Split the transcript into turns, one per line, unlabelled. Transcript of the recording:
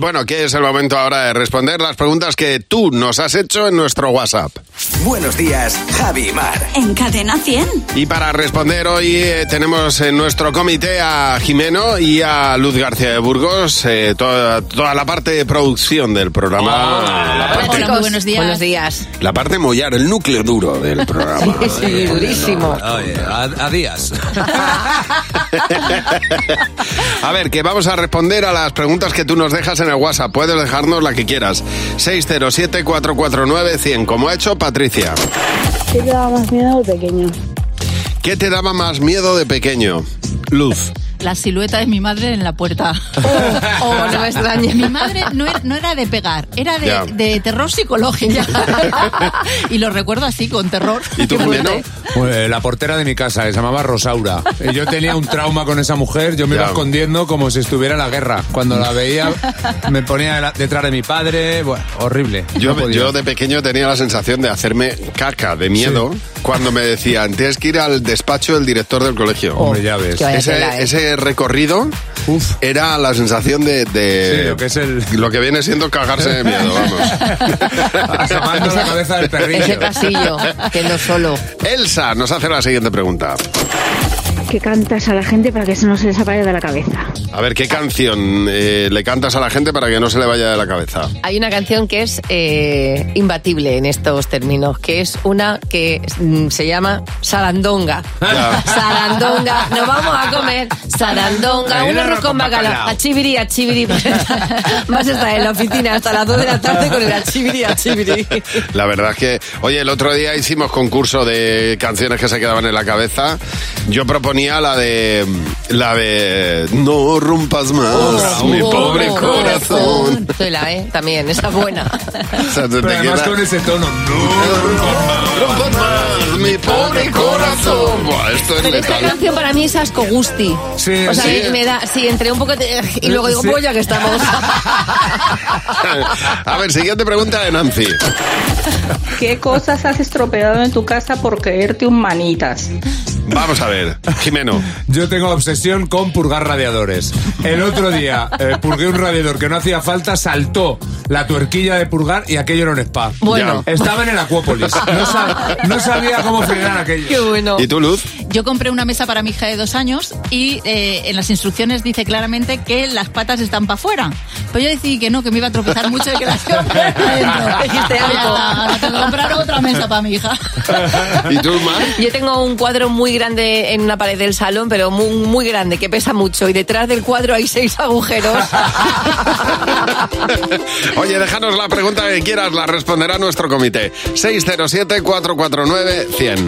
Bueno, que es el momento ahora de responder las preguntas que tú nos has hecho en nuestro WhatsApp.
Buenos días, Javi y Mar.
En cadena 100.
Y para responder hoy eh, tenemos en nuestro comité a Jimeno y a Luz García de Burgos, eh, toda, toda la parte de producción del programa. Ah, la, parte,
Hola, muy buenos días.
Buenos días.
la parte mollar, el núcleo duro del programa.
Sí, durísimo.
Oye, a, a días.
A ver, que vamos a responder a las preguntas que tú nos dejas en el WhatsApp. Puedes dejarnos la que quieras. 607-449-100, como ha hecho Patricia.
¿Qué te daba más miedo de pequeño?
¿Qué te daba más miedo de pequeño? Luz.
La silueta de mi madre en la puerta.
Oh, no me extraña.
Mi madre no era, no era de pegar, era
Ya.
de, de terror psicológico. y lo recuerdo así, con terror.
¿Y tú,
Qué
Jimeno?
fuerte.
Pues, la portera de mi casa, que se llamaba Rosaura. Y Yo tenía un trauma con esa mujer, yo me
Ya.
iba escondiendo como si estuviera en la guerra. Cuando la veía, me ponía dela- detrás de mi padre, bueno, horrible.
Yo,
No podía.
yo de pequeño tenía la sensación de hacerme caca de miedo cuando me decían, tienes que ir al despacho del director del colegio.
Hombre, ya ves.
Qué vaya
Pues ese,
tela, ¿eh?
ese recorrido
Uf.
era la sensación de, de-
Sí, lo que es el-
lo que viene siendo cagarse de miedo,
Asomando
vamos.
la cabeza del perrillo.
Ese pasillo, que no solo.
Elsa nos hace la siguiente pregunta.
¿Qué cantas a la gente para que se no se les apague de la cabeza?
A ver, ¿qué canción eh, le cantas a la gente para que no se le vaya de la cabeza?
Hay una canción que es eh, imbatible en estos términos, que es una que mm, se llama Sarandonga.
Ya.
Sarandonga, nos vamos a comer Sarandonga,
Ahí
un
el
arroz con bacalao, achibiri, achibiri. pues, Vas a estar en la oficina hasta las 2 de la tarde con el achibiri, achibiri.
La verdad es que, oye, el otro día hicimos concurso de canciones que se quedaban en la cabeza. Yo proponía la de la de No rompas más,
Oh,
mi pobre corazón.
Soy la E también, esa es buena.
O sea, te- te
Pero además
queda-
con ese tono.
No rompas más, mi pobre corazón. Buah, esto es
Pero esta
letal.
canción para mí es asco gusti.
Sí,
o sea,
sí.
me da, sí, entre un poco de- y luego digo,
Sí.
pues ya que estamos.
A ver, siguiente pregunta de Nancy.
¿Qué cosas has estropeado en tu casa por creerte un manitas?
Vamos a ver, Jimeno.
Yo tengo obsesión con purgar radiadores. El otro día eh, purgué un radiador que no hacía falta, saltó la tuerquilla de purgar y aquello era un spa.
Bueno.
Ya.
Estaba en el Acuópolis. No, sab- no sabía cómo frenar
Qué
aquello.
bueno.
¿Y tú, Luz?
Yo compré una mesa para mi hija de dos años y eh, en las instrucciones dice claramente que las patas están para afuera. Pero yo decidí que no, que me iba a tropezar mucho y que las iba a poner para adentro.
Dijiste
Pues ya
algo.
está, ahora tengo que comprar otra mesa para mi hija.
¿Y tú, Mar?
Ah. Yo tengo un cuadro muy grande en una pared del salón, pero muy, muy grande, que pesa mucho. Y detrás del cuadro hay seis agujeros.
Oye, déjanos la pregunta que quieras, la responderá nuestro comité. 607-449-100.